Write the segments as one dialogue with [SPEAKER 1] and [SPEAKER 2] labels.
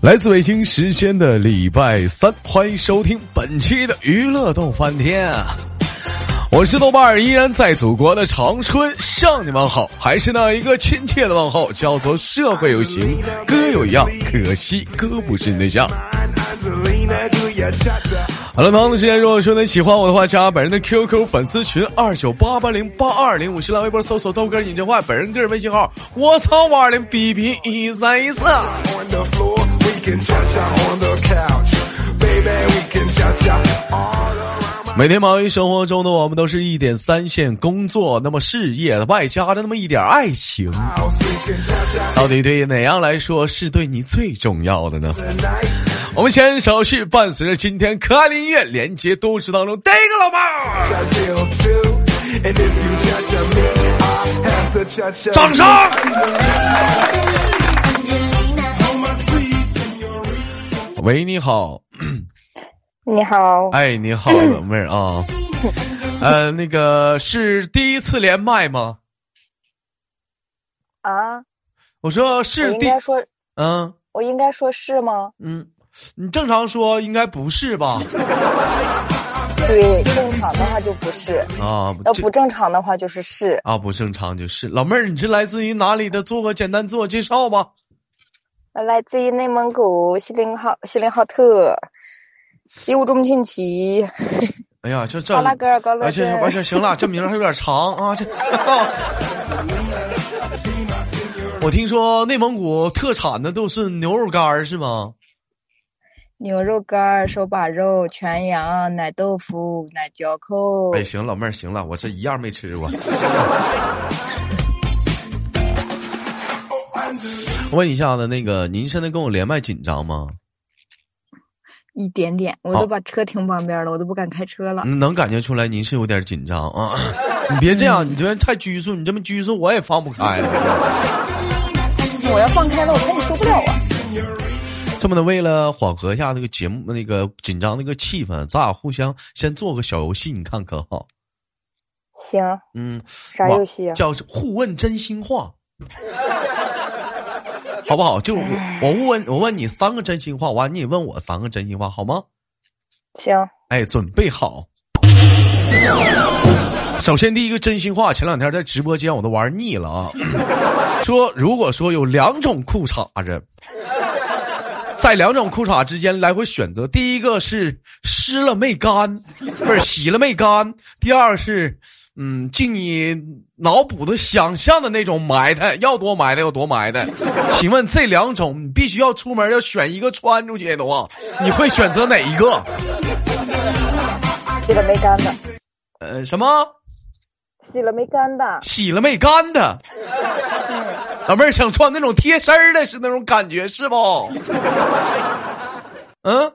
[SPEAKER 1] 来自北京时间的礼拜三，欢迎收听本期的娱乐逗翻天啊！我是豆瓣儿，依然在祖国的长春向你们好，还是那一个亲切的问候，叫做社会有形，哥有样，可惜哥不是你对象。好了，同样的时间，如果说您喜欢我的话，加本人的 QQ 粉丝群二九八八零八二零五，新浪微博搜索豆哥尹正焕，本人个人微信号我操五二零 B B 一三一四。
[SPEAKER 2] on the floor, we can cha-cha on the couch. Baby, we can cha-cha all around my
[SPEAKER 1] 每天忙于生活中的我们，都是一点三线工作，那么事业外加着那么一点爱情，
[SPEAKER 2] house. We can cha-cha
[SPEAKER 1] 到底对哪样来说是对你最重要的呢？
[SPEAKER 2] tonight.
[SPEAKER 1] 我们先手续伴随着今天可爱的音乐，连接都市当中第一个老妹
[SPEAKER 2] Cha till two. And if you cha-cha me, I have to cha-cha
[SPEAKER 1] 掌
[SPEAKER 2] you.
[SPEAKER 1] 声！
[SPEAKER 2] On my sweet señorita.
[SPEAKER 1] 喂，你好，
[SPEAKER 3] 你好，
[SPEAKER 1] 哎，你好，老妹儿啊，呃，那个是第一次连麦吗？
[SPEAKER 3] 啊，
[SPEAKER 1] 我说
[SPEAKER 3] 我
[SPEAKER 1] 是
[SPEAKER 3] 应
[SPEAKER 1] 第，
[SPEAKER 3] 该说，
[SPEAKER 1] 嗯
[SPEAKER 3] 我应该说是吗？
[SPEAKER 1] 嗯，你正常说应该不是吧？
[SPEAKER 3] 对，正常的话就不是，
[SPEAKER 1] 啊，
[SPEAKER 3] 要
[SPEAKER 1] 这
[SPEAKER 3] 不正常的话就是是。
[SPEAKER 1] 啊，不正常就是。老妹儿，你是来自于哪里的？做个简单自我介绍吧。
[SPEAKER 3] 来自于内蒙古锡林浩锡林浩特，西乌中沁旗，
[SPEAKER 1] 哎呀，这哎这，
[SPEAKER 3] 巴拉格尔高
[SPEAKER 1] 而
[SPEAKER 3] 乐
[SPEAKER 1] 且
[SPEAKER 3] 镇。
[SPEAKER 1] 而且行了，这名儿还有点长啊。这，哦我听说内蒙古特产的都是牛肉干儿，是吗？
[SPEAKER 3] 牛肉干、手把肉、全羊、奶豆腐、奶嚼扣。
[SPEAKER 1] 哎，行，老妹儿，行了，我这一样没吃过。我问一下子，那个您现在跟我连麦紧张吗？
[SPEAKER 3] 一点点，我
[SPEAKER 1] 好
[SPEAKER 3] 都把车停旁边了，我都不敢开车了。
[SPEAKER 1] 嗯能感觉出来您是有点紧张啊！你别这样，你这边太拘束，你这么拘束我也放不开啊了。
[SPEAKER 3] 我要放开了，我看你受不了啊！
[SPEAKER 1] 这么的，为了缓和一下那个节目那个紧张那个气氛，咱俩互相先做个小游戏，你看可好？
[SPEAKER 3] 行，
[SPEAKER 1] 嗯，
[SPEAKER 3] 啥游戏啊？
[SPEAKER 1] 叫互问真心话， 好不好？就我我问我问你三个真心话，完你也问我三个真心话，好吗？
[SPEAKER 3] 行，
[SPEAKER 1] 哎，准备好。首先，第一个真心话，前两天在直播间我都玩腻了啊。说如果说有两种裤衩子，在两种裤衩之间来回选择，第一个是湿了没干，不是洗了没干；第二是嗯，尽你脑补的想象的那种埋汰，要多埋汰有多埋汰。请问这两种，你必须要出门要选一个穿出去的话，你会选择哪一个？
[SPEAKER 3] 洗了没干的，
[SPEAKER 1] 呃，什么
[SPEAKER 3] 洗了没干的。
[SPEAKER 1] 洗了没干的？老妹儿想穿那种贴身儿的，是那种感觉是不？嗯，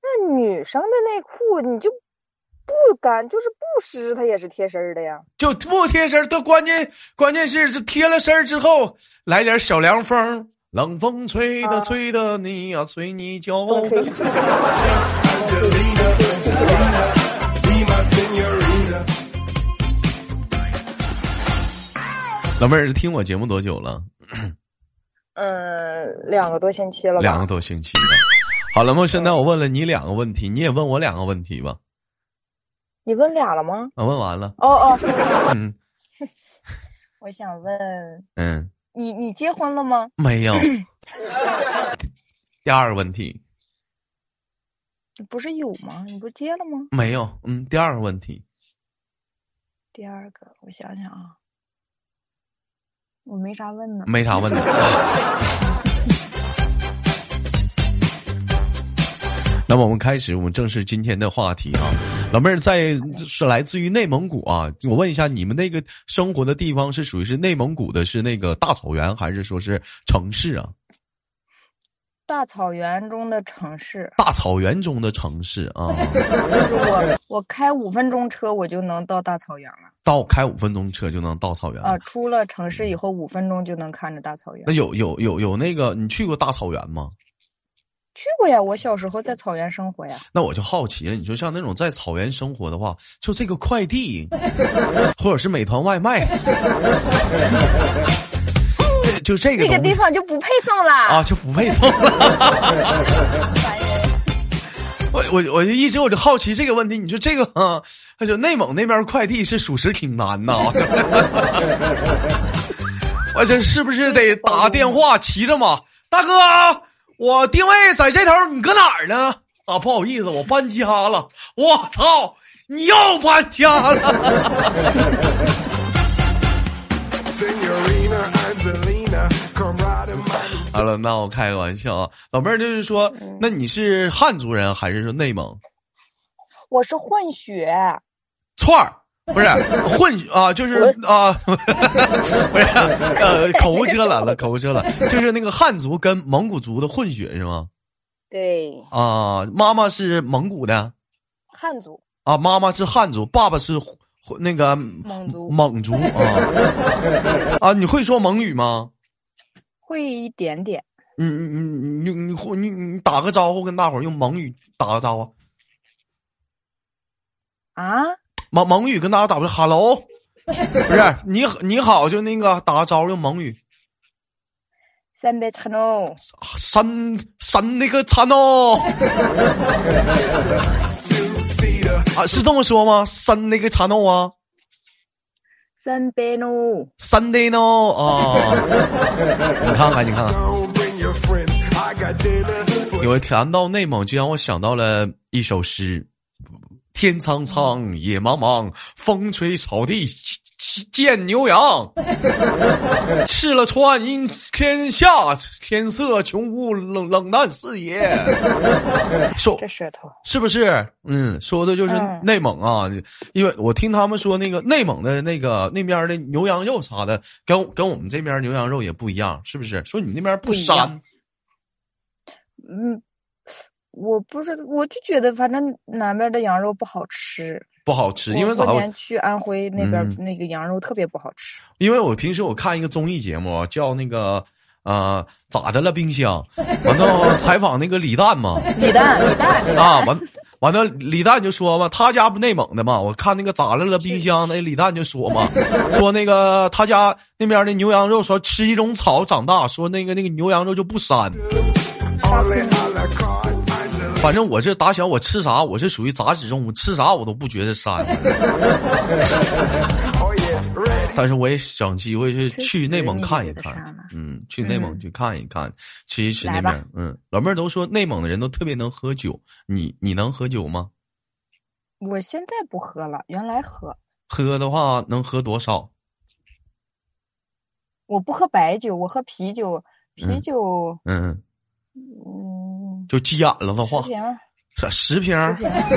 [SPEAKER 3] 那女生的内裤你就不干，就是不湿，它也是贴身儿的呀。
[SPEAKER 1] 就不贴身儿，它关键关键是是贴了身儿之后来点小凉风，冷风吹的
[SPEAKER 3] 啊
[SPEAKER 1] 吹的你呀、吹你骄傲
[SPEAKER 3] 不可
[SPEAKER 1] 的
[SPEAKER 3] 以。
[SPEAKER 2] Be my señorita.
[SPEAKER 1] 老妹儿听我节目多久了？
[SPEAKER 3] 嗯，两个多星期了吧？
[SPEAKER 1] 两个多星期了。好了，梦现在我问了你两个问题，你也问我两个问题吧。
[SPEAKER 3] 你问俩了吗？
[SPEAKER 1] 啊，问完了。
[SPEAKER 3] 哦哦，
[SPEAKER 1] 嗯
[SPEAKER 3] 我想问
[SPEAKER 1] 嗯，
[SPEAKER 3] 你，你结婚了吗？
[SPEAKER 1] 没有。第二个问题。
[SPEAKER 3] 你不是有吗？你不是结了吗？
[SPEAKER 1] 没有，嗯，第二个问题，
[SPEAKER 3] 第二个，我想想啊，我没啥问呢。
[SPEAKER 1] 没啥问题。 那么我们开始我们正式今天的话题啊，老妹儿在是来自于内蒙古啊，我问一下，你们那个生活的地方是属于是内蒙古的，是那个大草原，还是说是城市啊？
[SPEAKER 3] 大草原中的城市，
[SPEAKER 1] 大草原中的城市啊，
[SPEAKER 3] 就是我，我开五分钟车我就能到大草原了。
[SPEAKER 1] 到开五分钟车就能到草原了
[SPEAKER 3] 啊，出了城市以后五分钟就能看着大草原
[SPEAKER 1] 嗯那。有有有有那个，你去过大草原吗？
[SPEAKER 3] 去过呀，我小时候在草原生活呀。
[SPEAKER 1] 那我就好奇了，你说像那种在草原生活的话，就这个快递，或者是美团外卖，这 就这个
[SPEAKER 3] 这个
[SPEAKER 1] 东
[SPEAKER 3] 地
[SPEAKER 1] 西
[SPEAKER 3] 方就不配送了。
[SPEAKER 1] 啊，就不配送了。我我我就一直我就好奇这个问题，你说这个啊，他说内蒙那边快递是属实挺难呐。 我这是不是得打电话骑着马？大哥，我定位在这头，你搁哪儿呢？啊，不好意思，我搬家了。我操，你又搬家了？
[SPEAKER 2] Signorina Angelina, come ride in my
[SPEAKER 1] 好了，那我开个玩笑啊，老妹儿就是说，那你是汉族人还是说内蒙？
[SPEAKER 3] 我是混血，
[SPEAKER 1] 串 儿。不是混啊，就是啊， 不是呃，口无遮拦了，口无遮拦，就是那个汉族跟蒙古族的混血是吗？
[SPEAKER 3] 对，
[SPEAKER 1] 啊，妈妈是蒙古的
[SPEAKER 3] 汉族、
[SPEAKER 1] 啊，妈妈是汉族，爸爸是胡那个
[SPEAKER 3] 蒙族
[SPEAKER 1] 蒙族啊啊，你会说蒙语吗？
[SPEAKER 3] 会一点点。
[SPEAKER 1] 你你你你你会你你打个招呼跟大伙儿用蒙语打个招呼，
[SPEAKER 3] 啊，
[SPEAKER 1] 蒙蒙语跟大家打不是 hello，不是你你好就那个打个招呼用蒙语。
[SPEAKER 3] 三杯茶喽，
[SPEAKER 1] 山山那个山哦，
[SPEAKER 2] two-seater.
[SPEAKER 1] 啊，是这么说吗？山那个山哦啊，
[SPEAKER 3] 三杯喽，
[SPEAKER 1] 山的呢啊， 你看看，你看看，
[SPEAKER 2] Don't bring your friends. I got dinner for
[SPEAKER 1] 有谈到内蒙，就让我想到了一首诗：天苍苍，野茫茫，风吹草地见牛羊。赤了川，阴天下，天色穷乌冷冷淡视野。说
[SPEAKER 3] 这舌头
[SPEAKER 1] 是不是？嗯，说的就是
[SPEAKER 3] 嗯
[SPEAKER 1] 内蒙啊，因为我听他们说那个内蒙的那个那边的牛羊肉啥的，跟我跟我们这边牛羊肉也不一样，是不是？说你那边不
[SPEAKER 3] 不一样
[SPEAKER 1] 膻，
[SPEAKER 3] 嗯，我不是，我就觉得反正南边的羊肉不好吃。
[SPEAKER 1] 不好吃，因为
[SPEAKER 3] 我
[SPEAKER 1] 咋
[SPEAKER 3] 过
[SPEAKER 1] 会？
[SPEAKER 3] 年去安徽那边
[SPEAKER 1] 嗯
[SPEAKER 3] 那个羊肉特别不好吃。
[SPEAKER 1] 因为我平时我看一个综艺节目啊叫那个呃咋的了冰箱，完了 采访那个李诞嘛，
[SPEAKER 3] 嗯李诞，李诞，李诞，
[SPEAKER 1] 啊，完完了，李诞就说嘛，他家不内蒙的嘛，我看那个咋了了冰箱，那李诞就说 嘛，说那个他家那边的牛羊肉，说吃一种草长大，说那个那个牛羊肉就不膻。
[SPEAKER 2] only a la carte. Angela,
[SPEAKER 1] 反正我是打小我吃啥，我是属于杂食动物，吃啥我都不觉得 膻。
[SPEAKER 2] oh yeah, ready.
[SPEAKER 1] 但是我也想机会去
[SPEAKER 3] 确实
[SPEAKER 1] 去内蒙
[SPEAKER 3] 你
[SPEAKER 1] 看一
[SPEAKER 3] 觉得
[SPEAKER 1] 看
[SPEAKER 3] 膻了，
[SPEAKER 1] 嗯，去内蒙
[SPEAKER 3] 嗯
[SPEAKER 1] 去看一看，吃一吃那
[SPEAKER 3] 来
[SPEAKER 1] 边
[SPEAKER 3] 吧
[SPEAKER 1] 儿。嗯，老妹儿都说内蒙的人都特别能喝酒，你你能喝酒吗？
[SPEAKER 3] 我现在不喝了，原来喝。
[SPEAKER 1] 喝的话能喝多少？
[SPEAKER 3] 我不喝白酒，我喝啤酒。啤
[SPEAKER 1] 嗯
[SPEAKER 3] 酒，
[SPEAKER 1] 嗯，
[SPEAKER 3] 嗯，啊
[SPEAKER 1] 就急眼了的话
[SPEAKER 3] 十，瓶儿，
[SPEAKER 1] 啥十瓶儿
[SPEAKER 3] 十？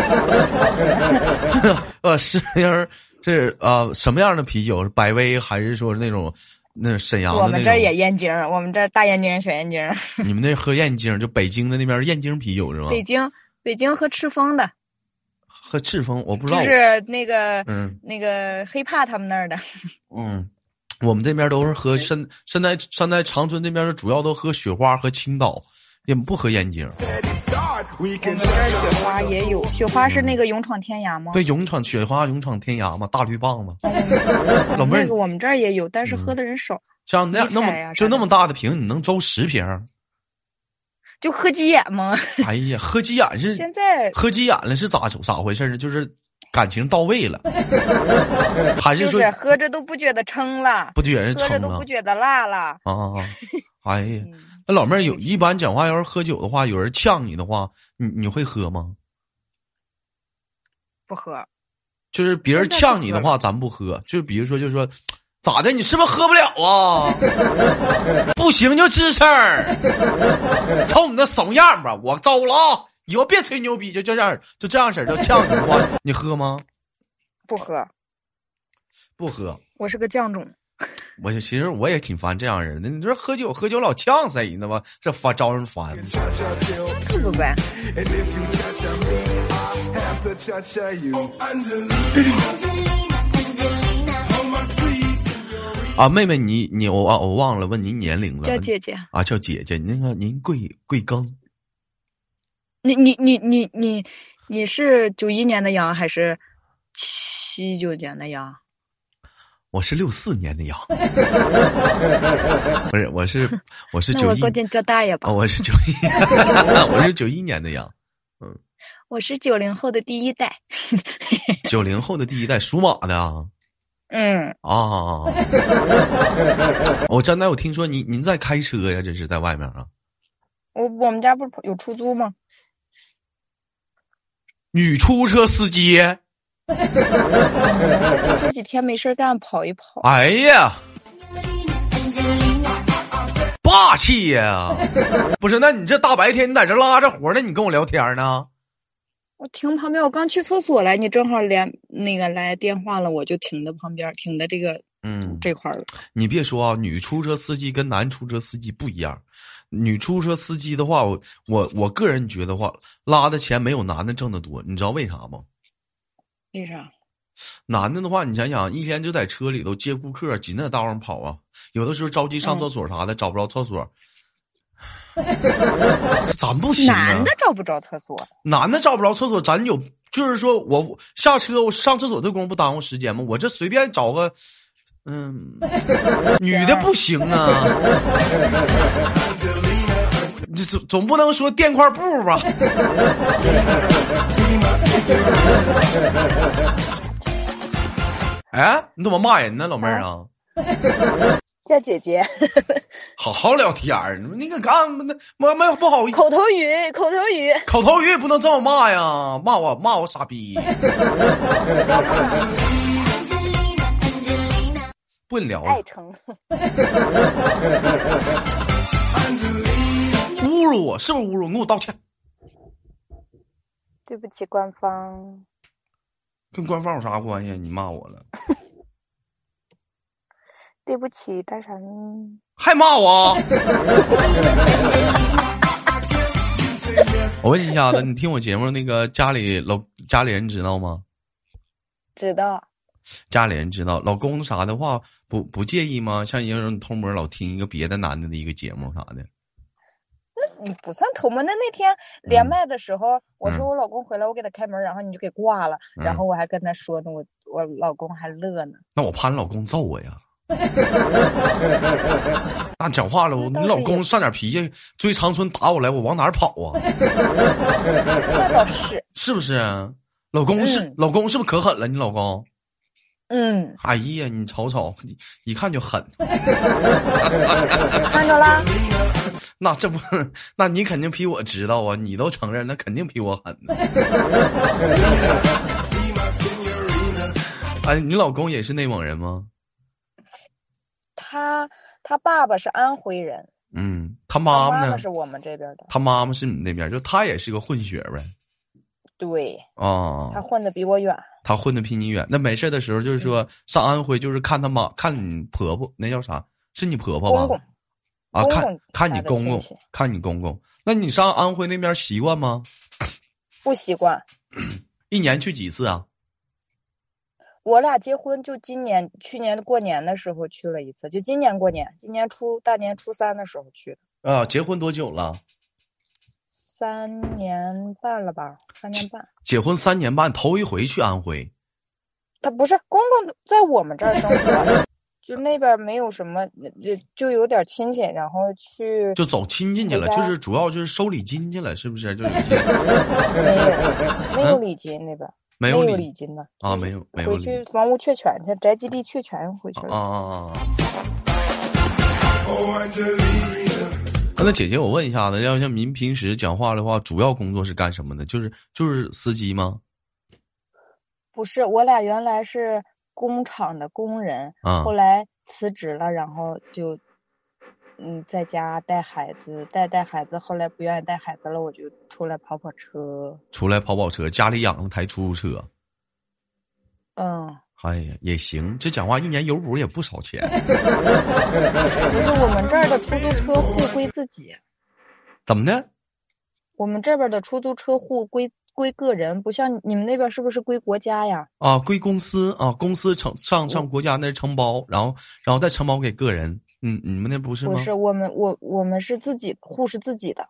[SPEAKER 3] 瓶儿，
[SPEAKER 1] 呃，十瓶儿是呃什么样的啤酒？是百威还是说是那种那沈阳
[SPEAKER 3] 我
[SPEAKER 1] 的
[SPEAKER 3] 们
[SPEAKER 1] 那
[SPEAKER 3] 这儿也
[SPEAKER 1] 种？
[SPEAKER 3] 燕京儿，我们这儿大燕京儿、小燕京儿，
[SPEAKER 1] 你们那喝燕京，就北京的那边燕京啤酒是吗？
[SPEAKER 3] 北京北京喝赤峰的，
[SPEAKER 1] 喝赤峰，我不知
[SPEAKER 3] 就
[SPEAKER 1] 道。
[SPEAKER 3] 是那个
[SPEAKER 1] 嗯
[SPEAKER 3] 那个黑怕他们那儿的，
[SPEAKER 1] 嗯，我们这边都是喝现现在现在长春这边主要都喝雪花和青岛，也不喝燕
[SPEAKER 3] 哦
[SPEAKER 1] 京。
[SPEAKER 2] Steady start. We
[SPEAKER 3] 我
[SPEAKER 2] can
[SPEAKER 3] 们这儿
[SPEAKER 2] check
[SPEAKER 3] 雪
[SPEAKER 2] out
[SPEAKER 3] 花
[SPEAKER 2] on the
[SPEAKER 3] 也有，雪花是那个勇闯天涯吗？
[SPEAKER 1] 对，勇闯雪花，勇闯天涯嘛，大绿棒子。
[SPEAKER 3] 嗯，
[SPEAKER 1] 老妹儿
[SPEAKER 3] 那个我们这儿也有，但是喝的人少，
[SPEAKER 1] 像那
[SPEAKER 3] 迷
[SPEAKER 1] 那
[SPEAKER 3] 彩
[SPEAKER 1] 么
[SPEAKER 3] 呀
[SPEAKER 1] 就
[SPEAKER 3] 啥
[SPEAKER 1] 那么
[SPEAKER 3] 的
[SPEAKER 1] 大的瓶，你能周十瓶儿？
[SPEAKER 3] 就喝急眼嘛。
[SPEAKER 1] 哎呀，喝急眼是
[SPEAKER 3] 现在
[SPEAKER 1] 喝急眼了是咋咋回事呢？就是感情到位 了，还是
[SPEAKER 3] 就
[SPEAKER 1] 说
[SPEAKER 3] 是喝着都不觉得撑了，
[SPEAKER 1] 不觉得
[SPEAKER 3] 喝着
[SPEAKER 1] 撑
[SPEAKER 3] 都
[SPEAKER 1] 了
[SPEAKER 3] 不觉得辣了。
[SPEAKER 1] 啊啊？啊哎呀，
[SPEAKER 3] 嗯
[SPEAKER 1] 那老妹儿有一般讲话，要是喝酒的话，有人呛你的话，你你会喝吗？
[SPEAKER 3] 不喝，
[SPEAKER 1] 就是别人
[SPEAKER 3] 现在不
[SPEAKER 1] 呛你的话，咱不喝。就是比如说，就是说，咋的？你是不是喝不了 啊？不行就吱声儿，瞅你那怂样儿吧，我走了啊！以后别吹牛逼，就这样儿，就这样式儿，就呛你的话，你喝吗？
[SPEAKER 3] 不喝，
[SPEAKER 1] 不喝。
[SPEAKER 3] 我是个犟种。
[SPEAKER 1] 我就其实我也挺烦这样人的。你说喝酒喝酒老呛谁呢吧？这烦招人烦。
[SPEAKER 2] cha-cha till
[SPEAKER 3] 不
[SPEAKER 1] 嗯
[SPEAKER 3] 不
[SPEAKER 2] two.
[SPEAKER 3] 呗，
[SPEAKER 2] And if you cha-cha me, I have to cha-cha you. Oh, Angelina,
[SPEAKER 4] Angelina, Angelina.
[SPEAKER 2] oh my sweet.
[SPEAKER 1] 啊，妹妹你你我忘我忘了问您年龄了。
[SPEAKER 3] 叫姐姐。
[SPEAKER 1] 啊，叫姐姐。那个您贵贵庚？
[SPEAKER 3] 你你你你你你是九一年的羊还是七九年的羊？
[SPEAKER 1] 我是六四年 的羊，不是，我是我是
[SPEAKER 5] 那
[SPEAKER 1] 九
[SPEAKER 5] 我
[SPEAKER 1] 一
[SPEAKER 5] 过，去叫大爷吧。
[SPEAKER 1] 哦，我是九 一，我是九一年的羊，
[SPEAKER 5] 我是九零后的第一代。
[SPEAKER 1] 九零后的第一代属马的啊
[SPEAKER 5] 嗯，
[SPEAKER 1] 啊！我、哦、真的，我听说您您在开车呀，这是在外面啊？
[SPEAKER 3] 我我们家不是有出租吗？
[SPEAKER 1] 女出租车司机，
[SPEAKER 3] 就这几天没事儿干，跑一跑。
[SPEAKER 1] 哎呀，
[SPEAKER 4] Angelina, Angelina,
[SPEAKER 1] 霸气呀！不是，那你这大白天你在这拉着活呢，你跟我聊天呢？
[SPEAKER 3] 我停旁边，我刚去厕所来，你正好连那个来电话了，我就停在旁边，停在这个
[SPEAKER 1] 嗯，
[SPEAKER 3] 这块儿了。
[SPEAKER 1] 你别说啊，女出租车司机跟男出租车司机不一样。女出租车司机的话，我我我个人觉得话，拉的钱没有男的挣的多，你知道为啥吗？
[SPEAKER 3] 为啥？
[SPEAKER 1] 男的的话，你想想，一天就在车里头接顾客，紧在道上跑啊，有的时候着急上厕所啥的，找不着厕所，咱不行啊。
[SPEAKER 3] 男的找不着厕所，
[SPEAKER 1] 男的找不着厕所，咱有就是说我下车我上厕所这功夫不耽误时间吗？我这随便找个，嗯，女的不行啊，这总总不能说垫块布吧？ 哎，你怎么骂人呢，老妹儿啊？
[SPEAKER 3] 叫姐姐。
[SPEAKER 1] 好好聊天儿，你那个干那没没有不好意思。
[SPEAKER 3] 口头语，口头语。
[SPEAKER 1] 口头语也不能这么骂呀！骂我骂我傻逼，
[SPEAKER 4] Angelina, Angelina,
[SPEAKER 1] 不跟你聊
[SPEAKER 3] 爱
[SPEAKER 1] 了，
[SPEAKER 3] 称，
[SPEAKER 1] 侮辱我是不是侮辱？你给我道歉，
[SPEAKER 3] 对不起官方，
[SPEAKER 1] 跟官方有啥关系？你骂我了，
[SPEAKER 3] 对不起大傻咪，
[SPEAKER 1] 还骂我？啊我问一下子，你听我节目那个家里老家里人知道吗？
[SPEAKER 3] 知道
[SPEAKER 1] 家里人知道，老公啥的话不不介意吗？像有人偷摸老听一个别的男的的一个节目啥的，
[SPEAKER 3] 你不算偷摸。那那天连
[SPEAKER 1] 嗯
[SPEAKER 3] 麦的时候，我
[SPEAKER 1] 嗯
[SPEAKER 3] 说我老公回来，我给他开门，然后你就给挂了，然
[SPEAKER 1] 嗯
[SPEAKER 3] 后我还跟他说呢，我我老公还乐呢。
[SPEAKER 1] 那我怕你老公揍我呀。 那讲话了，我你
[SPEAKER 3] 那倒是
[SPEAKER 1] 老
[SPEAKER 3] 也
[SPEAKER 1] 公上点脾气，追长春打我来，我往哪儿跑啊？
[SPEAKER 3] 那倒是，
[SPEAKER 1] 是不是？啊老公是、
[SPEAKER 3] 嗯
[SPEAKER 1] 老公是不是可狠了？你老公？
[SPEAKER 3] 嗯，
[SPEAKER 1] 哎呀，你瞅瞅，你一看就狠。
[SPEAKER 3] 看着啦，
[SPEAKER 1] 那这不，那你肯定比我知道啊！你都承认，那肯定比我狠呢。 哎，你老公也是内蒙人吗？
[SPEAKER 3] 他他爸爸是安徽人，
[SPEAKER 1] 嗯，他
[SPEAKER 3] 他
[SPEAKER 1] 妈
[SPEAKER 3] 妈
[SPEAKER 1] 妈
[SPEAKER 3] 妈
[SPEAKER 1] 呢？
[SPEAKER 3] 是我们这边的，
[SPEAKER 1] 他妈妈是你那边，就他也是个混血呗。
[SPEAKER 3] 对
[SPEAKER 1] 啊、
[SPEAKER 3] 他混的比我远。
[SPEAKER 1] 他混的比你远。那没事的时候，就是说上安徽，就是看他妈，看你婆婆，那叫啥？是你婆婆吧？
[SPEAKER 3] 公公
[SPEAKER 1] 啊，
[SPEAKER 3] 公
[SPEAKER 1] 看
[SPEAKER 3] 公
[SPEAKER 1] 看
[SPEAKER 3] 啥
[SPEAKER 1] 你
[SPEAKER 3] 的
[SPEAKER 1] 公
[SPEAKER 3] 亲
[SPEAKER 1] 公
[SPEAKER 3] 戚，
[SPEAKER 1] 看你公公。那你上安徽那边习惯吗？
[SPEAKER 3] 不习惯，
[SPEAKER 1] 一年去几次啊？
[SPEAKER 3] 我俩结婚就今年，去年过年的时候去了一次，就今年过年，今年初大年初三的时候去的，
[SPEAKER 1] 啊，结婚多久了？
[SPEAKER 3] 三年半了吧，三年半。
[SPEAKER 1] 结婚三年半，头一回去安徽。
[SPEAKER 3] 他不是公公在我们这儿生活，就那边没有什么，就就有点亲戚，然后去
[SPEAKER 1] 就走亲戚去了，
[SPEAKER 3] 回
[SPEAKER 1] 就
[SPEAKER 3] 家
[SPEAKER 1] 是主要就是收礼金去了，是不是？就 有些
[SPEAKER 3] 没 有没有礼金那边
[SPEAKER 1] 没
[SPEAKER 3] 有
[SPEAKER 1] 有
[SPEAKER 3] 礼
[SPEAKER 1] 礼
[SPEAKER 3] 金的，
[SPEAKER 1] 啊，没有没有
[SPEAKER 3] 回
[SPEAKER 1] 礼
[SPEAKER 3] 去房屋确权去，宅基地确权回去
[SPEAKER 1] 啊
[SPEAKER 3] 了。
[SPEAKER 1] 啊啊！啊啊
[SPEAKER 2] Oh, Angelina,
[SPEAKER 1] 那姐姐，我问一下子，要像您平时讲话的话，主要工作是干什么的？就是就是司机吗？
[SPEAKER 3] 不是，我俩原来是工厂的工人，
[SPEAKER 1] 啊
[SPEAKER 3] 后来辞职了，然后就，嗯，在家带孩子，带带孩子，后来不愿意带孩子了，我就出来跑跑车。
[SPEAKER 1] 出来跑跑车，家里养了台出租车。
[SPEAKER 3] 嗯，
[SPEAKER 1] 哎呀，也行，这讲话一年油补也不少钱。
[SPEAKER 3] 不是我们这儿的出租车
[SPEAKER 2] Oh,
[SPEAKER 3] 互归自己，
[SPEAKER 1] 怎么的？
[SPEAKER 3] 我们这边的出租车互归归个人，不像你们那边是不是归国家呀？
[SPEAKER 1] 啊，归公司啊，公司承上
[SPEAKER 3] 嗯
[SPEAKER 1] 上国家那是承包，然后然后再承包给个人。嗯，你们那不是
[SPEAKER 3] 不
[SPEAKER 1] 吗？
[SPEAKER 3] 是，我们我我们是自己户是自己的，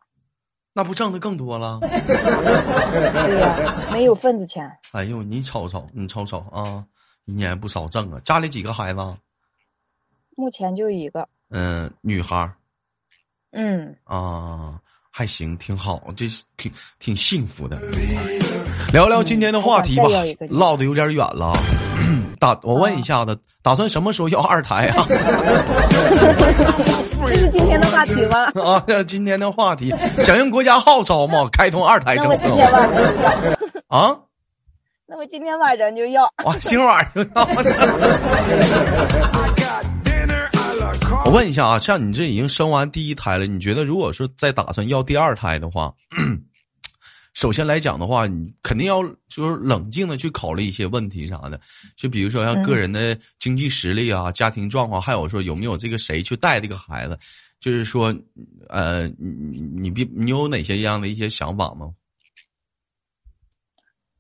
[SPEAKER 1] 那不挣的更多了？
[SPEAKER 3] 对呀、没有份子钱。
[SPEAKER 1] 哎呦，你瞅瞅，你瞅瞅啊，一年不少挣啊。家里几个孩子啊？
[SPEAKER 3] 目前就一个，
[SPEAKER 1] 嗯、女孩儿
[SPEAKER 5] 嗯，
[SPEAKER 1] 啊，还行，挺好，这是挺挺幸福的。哎聊聊今天的话题吧
[SPEAKER 3] 嗯还想再要一个，啊女孩
[SPEAKER 1] 唠的有点远了啊。打我问一下子，打算什么时候要二胎啊？
[SPEAKER 3] 这是今天
[SPEAKER 2] Oh,
[SPEAKER 3] 的话题吗？
[SPEAKER 1] 啊，今天的话题响应国家号召嘛，开通二胎
[SPEAKER 3] 那
[SPEAKER 1] 政
[SPEAKER 3] 我今
[SPEAKER 1] 策
[SPEAKER 3] 天晚上，
[SPEAKER 1] 啊。
[SPEAKER 3] 那我今天晚上就要。
[SPEAKER 1] 哇，今晚就要。
[SPEAKER 2] Got dinner a la carte.
[SPEAKER 1] 我问一下啊，像你这已经生完第一胎了，你觉得如果是再打算要第二胎的话， 首先来讲的话，你肯定要就是冷静的去考虑一些问题啥的，就比如说像个人的经济实力啊、家庭状况，还有说有没有这个谁去带这个孩子，就是说，呃，你你你比你有哪些样的一些想法吗？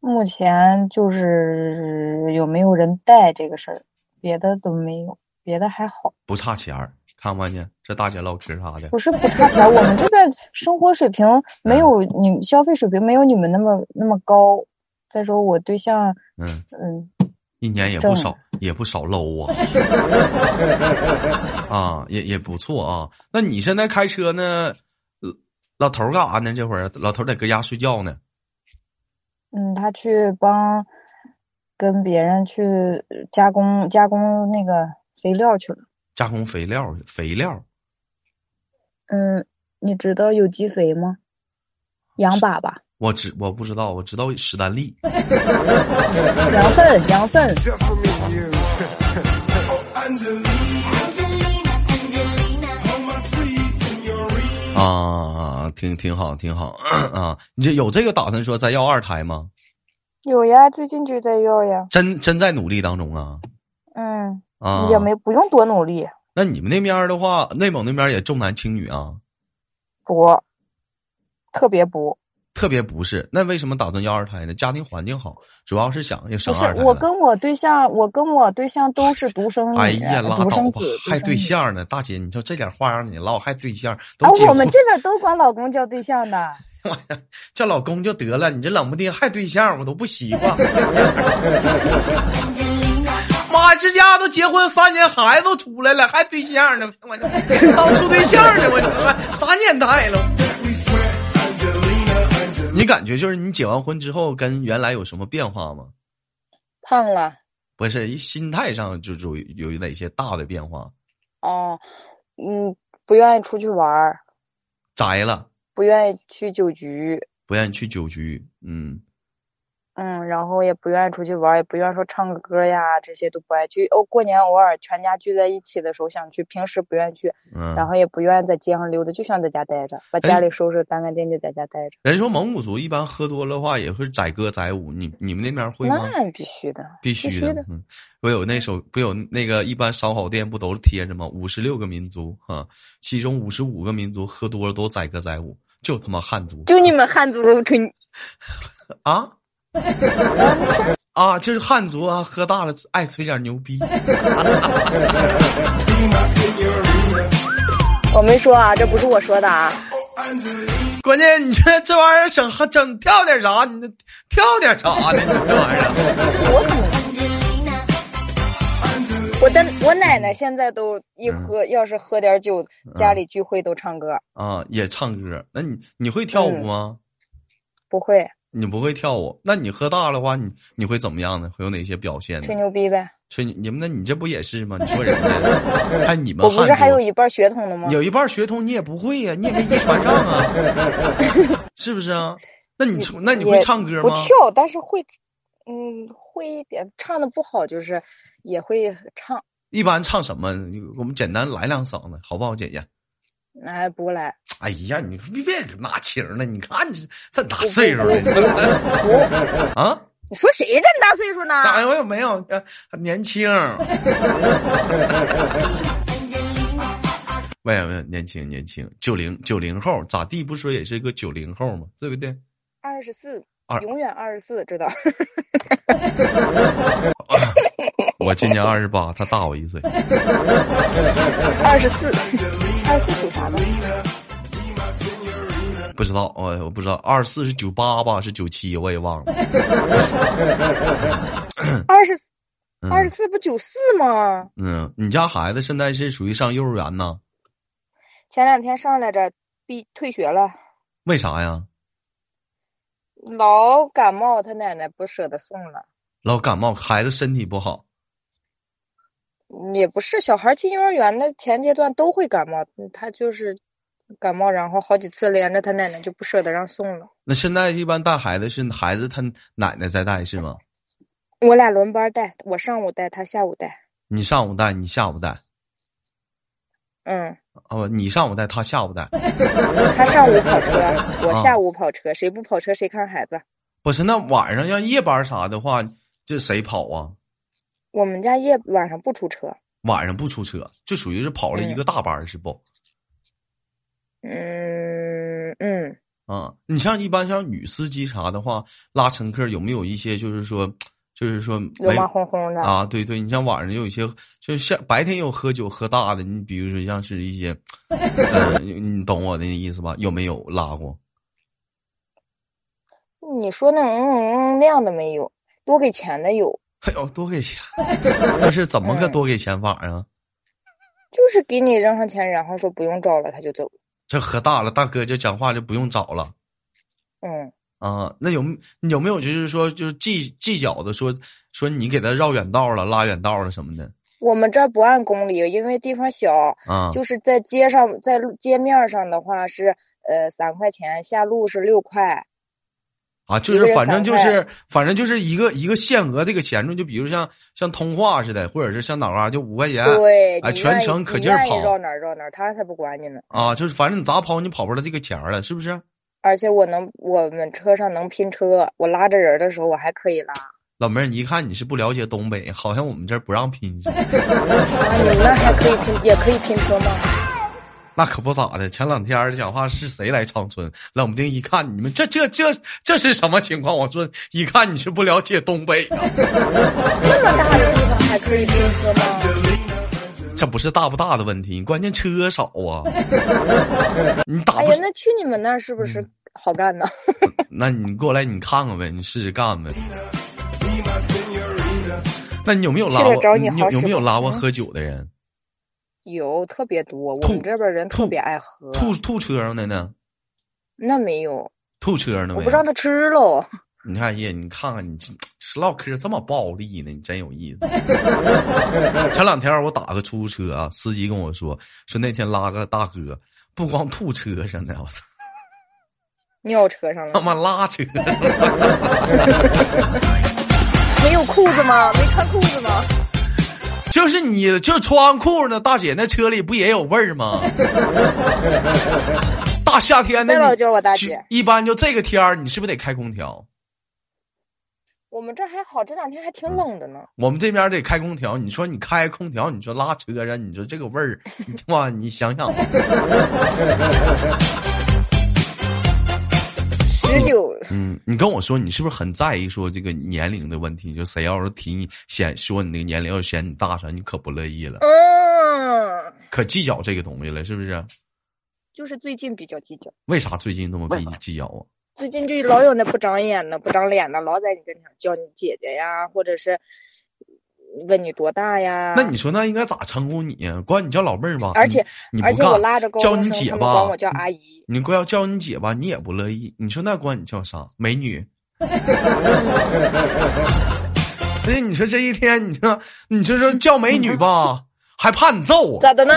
[SPEAKER 3] 目前就是有没有人带这个事儿，别的都没有，别的还好。
[SPEAKER 1] 不差钱儿，看不看见这大姐唠嗑啥的，
[SPEAKER 3] 不是不差钱，我们这边生活水平没有你们消费水平没有你们那么那么高。再说我对象，
[SPEAKER 1] 嗯，
[SPEAKER 3] 嗯，
[SPEAKER 1] 一年也不
[SPEAKER 3] 挣
[SPEAKER 1] 少，也不少搂 啊，啊，也也不错啊。那你现在开车呢？呃老头儿干啥呢？这会儿老头儿在搁家睡觉呢。
[SPEAKER 3] 嗯，他去帮跟别人去呃加工加工那个肥料去了。
[SPEAKER 1] 加工肥料，肥料
[SPEAKER 3] 嗯，你知道有机肥吗？羊粑粑、
[SPEAKER 1] 我知我不知道，我知道史丹利。
[SPEAKER 3] 羊粪、羊粪，
[SPEAKER 2] Just for me and you. oh, Angelina,
[SPEAKER 4] Angelina, Angelina,
[SPEAKER 2] on my sleeve in your ring.
[SPEAKER 1] 啊，挺挺好，挺好 啊！你这有这个打算说再要二胎吗？
[SPEAKER 3] 有呀，最近就在要呀。
[SPEAKER 1] 真真在努力当中啊
[SPEAKER 3] 嗯，
[SPEAKER 1] 啊！
[SPEAKER 3] 也没不用多努力，
[SPEAKER 1] 那你们那边儿的话，内蒙那边儿也重男轻女啊，
[SPEAKER 3] 不，特别不。
[SPEAKER 1] 特别不是。那为什么打算要二胎呢？家庭环境好，主要是想要
[SPEAKER 3] 不
[SPEAKER 1] 生
[SPEAKER 3] 是
[SPEAKER 1] 二胎。
[SPEAKER 3] 我跟我对象，我跟我对象都是独生女，
[SPEAKER 1] 哎呀，拉
[SPEAKER 3] 独
[SPEAKER 1] 倒
[SPEAKER 3] 生
[SPEAKER 1] 吧
[SPEAKER 3] 子，，独
[SPEAKER 1] 还
[SPEAKER 3] 生
[SPEAKER 1] 对
[SPEAKER 3] 女。
[SPEAKER 1] 象呢，大姐，你就这点话让你唠，还对象，都
[SPEAKER 3] 啊
[SPEAKER 1] 结，
[SPEAKER 3] 我
[SPEAKER 1] 婚、
[SPEAKER 3] 们这边都管老公叫对象的。
[SPEAKER 1] 叫老公就得了，你这冷不丁还对象，我都不习惯。
[SPEAKER 4] Angelina,
[SPEAKER 1] 妈，这家都结婚三年，孩子都出来了，还对象呢，我就当处对象呢，我他妈啥年代了？
[SPEAKER 2] We sweat, Angelina, Angelina.
[SPEAKER 1] 你感觉就是你结完婚之后跟原来有什么变化吗？
[SPEAKER 3] 胖了
[SPEAKER 1] 不是，一心态上就就有有哪些大的变化？
[SPEAKER 3] 哦，嗯，不愿意出去玩儿，
[SPEAKER 1] 宅了，
[SPEAKER 3] 不愿意去酒局，
[SPEAKER 1] 不愿意去酒局，嗯，
[SPEAKER 3] 嗯，然后也不愿意出去玩儿，也不愿意说唱个歌呀，这些都不爱去。哦，过年偶尔全家聚在一起的时候想去，平时不愿意去，
[SPEAKER 1] 嗯
[SPEAKER 3] 然后也不愿意在街上溜达，就想在家待着，把
[SPEAKER 1] 哎
[SPEAKER 3] 家里收拾干干净净，在家待着。
[SPEAKER 1] 人说蒙古族一般喝多了话也会载歌载舞，你你们那边会吗？
[SPEAKER 3] 那必须的，
[SPEAKER 1] 必须
[SPEAKER 3] 必
[SPEAKER 1] 的
[SPEAKER 3] 须的，
[SPEAKER 1] 嗯，不有那首不有那个一般烧烤店不都是贴着吗？五十六个民族啊，其中五十五个民族喝多了都载歌载舞，就他妈汉族
[SPEAKER 5] 就你们汉族吹
[SPEAKER 1] 啊 啊，就是汉族啊，喝大了爱吹点牛逼。
[SPEAKER 2] Be my senorita.
[SPEAKER 3] 我没说啊，这不是我说的啊。
[SPEAKER 2] Oh, Angelina,
[SPEAKER 1] 关键你这这玩意儿整整跳点啥？你这跳点啥呢？你这玩意儿，啊
[SPEAKER 3] 我怎么
[SPEAKER 4] Angelina,
[SPEAKER 3] 我的我奶奶现在都一
[SPEAKER 1] 嗯
[SPEAKER 3] 喝，要是喝点酒，家里聚会都唱歌，
[SPEAKER 1] 啊，也唱歌。那你你会跳舞吗？
[SPEAKER 3] 不会
[SPEAKER 1] 你不会跳舞，那你喝大了的话，你你会怎么样呢？会有哪些表现呢？
[SPEAKER 3] 吹牛逼呗。
[SPEAKER 1] 所以你你们那你这不也是 吗？你说人家，哎，你们
[SPEAKER 3] 我不
[SPEAKER 1] 汉
[SPEAKER 3] 是
[SPEAKER 1] 族
[SPEAKER 3] 还有一半血统的吗？
[SPEAKER 1] 有一半血统你也不会呀、你也没遗传上啊， 是不是啊？那你从那你会
[SPEAKER 3] 也
[SPEAKER 1] 唱歌
[SPEAKER 3] 不
[SPEAKER 1] 吗？
[SPEAKER 3] 跳，但是会，嗯，会一点，唱的不好就是也会唱，
[SPEAKER 1] 一般唱什么？你我们简单来两嗓子，好不好，姐姐？
[SPEAKER 3] 哎，不来，
[SPEAKER 1] 哎呀，你别别拿情了，你看你这大
[SPEAKER 3] 不
[SPEAKER 1] 岁数 了
[SPEAKER 3] 不，
[SPEAKER 1] 啊！
[SPEAKER 3] 你说谁这么大岁数呢？
[SPEAKER 1] 哎我也没有呃年 轻，
[SPEAKER 4] Angelina,
[SPEAKER 1] 没有没有年轻年轻，九零九零后咋地？不说也是个九零后吗？对不对？
[SPEAKER 3] 二十四
[SPEAKER 1] 二，
[SPEAKER 3] 永远二十四，知道？
[SPEAKER 1] 我今年二十八，他大我一岁。
[SPEAKER 3] 二十四，二十四属啥的？
[SPEAKER 1] 不知道，我我不知道，二四是九八吧，是九七，我也忘了。
[SPEAKER 3] 二十四
[SPEAKER 1] 嗯
[SPEAKER 3] 二十四不九四吗？
[SPEAKER 1] 嗯，你家孩子现在是属于上幼儿园呢？
[SPEAKER 3] 前两天上来着，毕退学了，
[SPEAKER 1] 为啥呀？
[SPEAKER 3] 老感冒，他奶奶不舍得送了。
[SPEAKER 1] 老感冒，孩子身体不好。
[SPEAKER 3] 嗯也不是，小孩进幼儿园的前阶段都会感冒，嗯他就是感冒，然后好几次连着他奶奶就不舍得让送了。
[SPEAKER 1] 那现在一般带孩子是孩子他奶奶在带是吗？
[SPEAKER 3] 我俩轮班带，我上午带，他下午带。
[SPEAKER 1] 你上午带，你下午带，
[SPEAKER 3] 嗯，
[SPEAKER 1] 哦，你上午带，他下午带。
[SPEAKER 3] 他上午跑车，我
[SPEAKER 1] 啊
[SPEAKER 3] 下午跑车，谁不跑车谁看孩子。
[SPEAKER 1] 不是，那晚上要夜班啥的话，这谁跑啊？
[SPEAKER 3] 我们家夜晚上不出车，
[SPEAKER 1] 晚上不出车，就属于是跑了一个大班儿，是不？
[SPEAKER 3] 嗯嗯，
[SPEAKER 1] 啊，你像一般像女司机啥的话，拉乘客有没有一些就是说，就是说
[SPEAKER 3] 流
[SPEAKER 1] 没
[SPEAKER 3] 氓哄哄的。
[SPEAKER 1] 啊？对对，你像晚上有一些，就是像白天有喝酒喝大的，你比如说像是一 些，呃，你你懂我的意思吧？有没有拉过？
[SPEAKER 3] 你说那种嗯嗯嗯那样的没有，多给钱的有，
[SPEAKER 1] 哎呦，多给钱，那是怎么个
[SPEAKER 3] 嗯
[SPEAKER 1] 多给钱法啊？
[SPEAKER 3] 就是给你扔上钱，然后说不用招了，他就走。
[SPEAKER 1] 这喝大了，大哥就讲话就不用找了。
[SPEAKER 3] 嗯，
[SPEAKER 1] 啊，那有没有没有就是说就是计计较的说说你给他绕远道了、拉远道了什么的
[SPEAKER 3] 我们这儿不按公里，因为地方小，
[SPEAKER 1] 啊？
[SPEAKER 3] 就是在街上，在路街面儿上的话是呃三块钱，下路是六块。
[SPEAKER 1] 啊，就
[SPEAKER 3] 一
[SPEAKER 1] 是
[SPEAKER 3] 个人
[SPEAKER 1] 反正
[SPEAKER 3] 散
[SPEAKER 1] 就是反正就是一个一个限额这个钱数，就比如像像通话似的，或者是像哪嘎、就五块钱
[SPEAKER 3] 对，
[SPEAKER 1] 哎
[SPEAKER 3] 你
[SPEAKER 1] 全
[SPEAKER 3] 愿意
[SPEAKER 1] 程可
[SPEAKER 3] 你
[SPEAKER 1] 劲儿
[SPEAKER 3] 愿意
[SPEAKER 1] 跑
[SPEAKER 3] 绕哪儿绕哪儿，他才不管你呢。
[SPEAKER 1] 啊，就是反正你咋跑你跑不了这个钱儿了，是不是？
[SPEAKER 3] 而且我能，我们车上能拼车，我拉着人的时候我还可以拉。
[SPEAKER 1] 老妹儿，你一看你是不了解东北，好像我们这儿不让拼似 的。
[SPEAKER 3] 啊，你们那儿还可以拼，也可以拼车吗？
[SPEAKER 1] 那可不咋的，前两天儿讲话是谁来长春，冷不丁一看你们这这这这是什么情况？我说一看你是不了解东北啊。
[SPEAKER 3] 这么大的地方还可以拼车吗？
[SPEAKER 1] 这不是大不大的问题，关键车少 啊。你打
[SPEAKER 3] 哎
[SPEAKER 1] 不
[SPEAKER 3] 呀
[SPEAKER 1] 死，，
[SPEAKER 3] 那去你们那儿是不是
[SPEAKER 1] 嗯
[SPEAKER 3] 好干呢？
[SPEAKER 1] 那你过来你看看呗，你试试干呗。那你有没有拉
[SPEAKER 3] 去了
[SPEAKER 1] 过？
[SPEAKER 3] 找
[SPEAKER 1] 你
[SPEAKER 3] 你
[SPEAKER 1] 有
[SPEAKER 3] 好
[SPEAKER 1] 有没有
[SPEAKER 3] 使
[SPEAKER 1] 拉过
[SPEAKER 3] 嗯
[SPEAKER 1] 喝酒的人？
[SPEAKER 3] 有特别多，我
[SPEAKER 1] 吐
[SPEAKER 3] 们这边人特
[SPEAKER 1] 吐
[SPEAKER 3] 别爱喝。
[SPEAKER 1] 吐吐车上的呢？
[SPEAKER 3] 那没有，
[SPEAKER 1] 吐车上的
[SPEAKER 3] 我
[SPEAKER 1] 没
[SPEAKER 3] 不？让他吃哦喽。
[SPEAKER 1] 你看爷，你看看你这这唠嗑这么暴力呢，你真有 意思。前两天我打个出租车啊，司机跟我说说那天拉个大哥，不光吐车上的，我操
[SPEAKER 3] 尿车上
[SPEAKER 1] 他
[SPEAKER 3] 了，
[SPEAKER 1] 妈拉车上了。
[SPEAKER 3] 没有裤子吗？没穿裤子吗？
[SPEAKER 1] 就是你就穿裤呢，大姐那车里不也有味儿 吗？大夏天的，
[SPEAKER 3] 别老
[SPEAKER 1] 你
[SPEAKER 3] 叫我大
[SPEAKER 1] 就
[SPEAKER 3] 姐
[SPEAKER 1] 一般就这个天儿，你是不是得开空调？
[SPEAKER 3] 我们这儿还好，这两天还挺
[SPEAKER 1] 嗯
[SPEAKER 3] 冷的呢。
[SPEAKER 1] 我们这边得开空调。你说你开空调，你说拉车上，你说这个味 儿，你他妈你想想吧。
[SPEAKER 3] 十九，
[SPEAKER 1] 嗯，你跟我说，你是不是很在意说这个年龄的问题？就谁要是提你显说你那个年龄，要是嫌你大啥，你可不乐意了，
[SPEAKER 3] 嗯，
[SPEAKER 1] 可计较这个东西了，是不是？
[SPEAKER 3] 就是最近比较计较，
[SPEAKER 1] 为啥最近这么计计较啊？
[SPEAKER 3] 最近就老有那不长眼的、不长脸的，老在你跟前叫你姐姐呀，或者是问你多大呀。
[SPEAKER 1] 那你说那应该咋称呼你呀？管你叫老妹儿吧。
[SPEAKER 3] 啊而且
[SPEAKER 1] 你
[SPEAKER 3] 而
[SPEAKER 1] 不
[SPEAKER 3] 且我
[SPEAKER 1] 干，
[SPEAKER 3] 拉着高
[SPEAKER 1] 叫
[SPEAKER 3] 中
[SPEAKER 1] 你
[SPEAKER 3] 生，
[SPEAKER 1] 姐
[SPEAKER 3] 他们
[SPEAKER 1] 吧
[SPEAKER 3] 管我叫阿姨。
[SPEAKER 1] 你管要叫你姐吧，你也不乐意。你说那管你叫啥？美女。 哎所以你说这一天，你说你就说叫美女吧，还怕你揍我，
[SPEAKER 3] 咋的呢？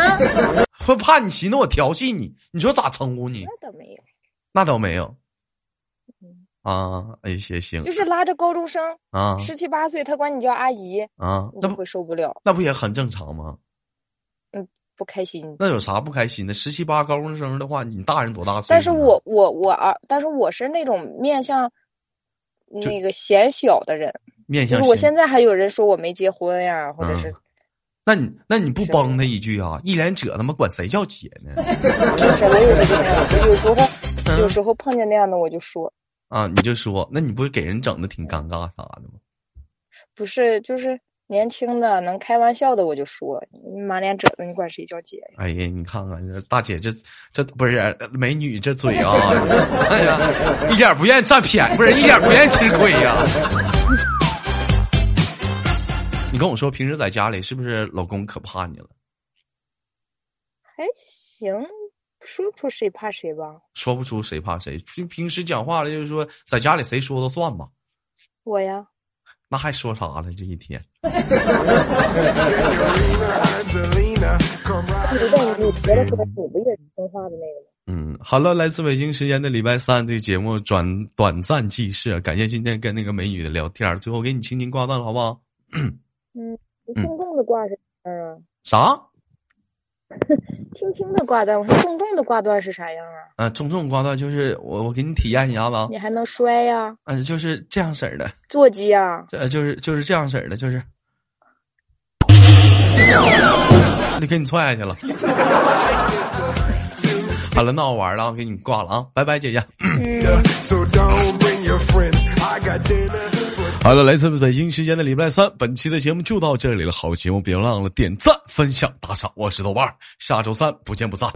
[SPEAKER 1] 会怕你寻思我调戏你。你说咋称呼你？
[SPEAKER 3] 那倒 没有，
[SPEAKER 1] 那倒没有。啊，哎，行行
[SPEAKER 3] 嗯就是拉着高中生，
[SPEAKER 1] 啊
[SPEAKER 3] 十七八岁，他管你叫阿姨，
[SPEAKER 1] 啊，
[SPEAKER 3] 你
[SPEAKER 1] 那
[SPEAKER 3] 就
[SPEAKER 1] 不
[SPEAKER 3] 会受不了，
[SPEAKER 1] 那不也很正常吗？
[SPEAKER 3] 不开心。
[SPEAKER 1] 那有啥不开心的？十七八高中生的话，你大人多大岁数啊？
[SPEAKER 3] 但是我我我啊，但是我是那种面向
[SPEAKER 1] 就
[SPEAKER 3] 那个显小的人，
[SPEAKER 1] 面
[SPEAKER 3] 就
[SPEAKER 1] 向
[SPEAKER 3] 是我
[SPEAKER 1] 谁
[SPEAKER 3] 现在还有人说我没结婚呀，或者是
[SPEAKER 1] 那你那你不
[SPEAKER 3] 是
[SPEAKER 1] 帮他一句啊？一脸褶他妈管谁叫姐呢？
[SPEAKER 3] 是不是？我有时候就那
[SPEAKER 1] 嗯
[SPEAKER 3] 样，我有时候有时候碰见那样的我就说，
[SPEAKER 1] 啊，你就说，那你不是给人整的挺尴尬啥的吗？
[SPEAKER 3] 不是，就是年轻的能开玩笑的我就说，你满脸褶子，你管谁叫姐呀？
[SPEAKER 1] 哎呀，你看看这大姐这这不是呃美女这嘴啊，哎呀，一点不愿意占便宜，不是一点不愿意吃亏呀、 你跟我说，平时在家里是不是老公可怕你了？
[SPEAKER 3] 还哎行，说不出谁怕谁吧。
[SPEAKER 1] 说不出谁怕谁，就平时讲话了，就是说在家里谁说都算吧，
[SPEAKER 3] 我呀，
[SPEAKER 1] 那还说啥了？这一天，
[SPEAKER 2] Angelina, Angelina, come right
[SPEAKER 3] 你知道你别的说我不也是听话的那个吗？
[SPEAKER 1] 嗯，好了，来自北京时间的礼拜三，这个节目转短暂记事，感谢今天跟那个美女的聊天儿，最后给你轻轻挂断了，好不好？
[SPEAKER 3] 你重重的挂是啥样啊？
[SPEAKER 1] 啥？
[SPEAKER 3] 轻轻的挂断，我说重重的挂断是啥样啊？
[SPEAKER 1] 嗯、重重挂断就是我，我给你体验一下子啊，
[SPEAKER 3] 你还能摔呀、
[SPEAKER 1] 嗯、就是这样式儿的，
[SPEAKER 3] 坐机啊呀、
[SPEAKER 1] 这、呃就是就是这样式儿的，就是，就给你踹下去了。 好了，那我玩了啊，给你挂了啊，拜拜，姐姐。
[SPEAKER 2] up, so don't bring your friends. I got dinner for
[SPEAKER 1] 好了，来自北京时间的礼拜三，本期的节目就到这里了。好节目别忘了点赞、分享、打赏。我是豆瓣儿，下周三不见不散。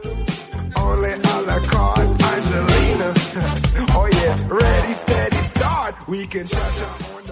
[SPEAKER 2] only a la carte. Angelina, oh yeah, ready, steady, start. We can cha cha on.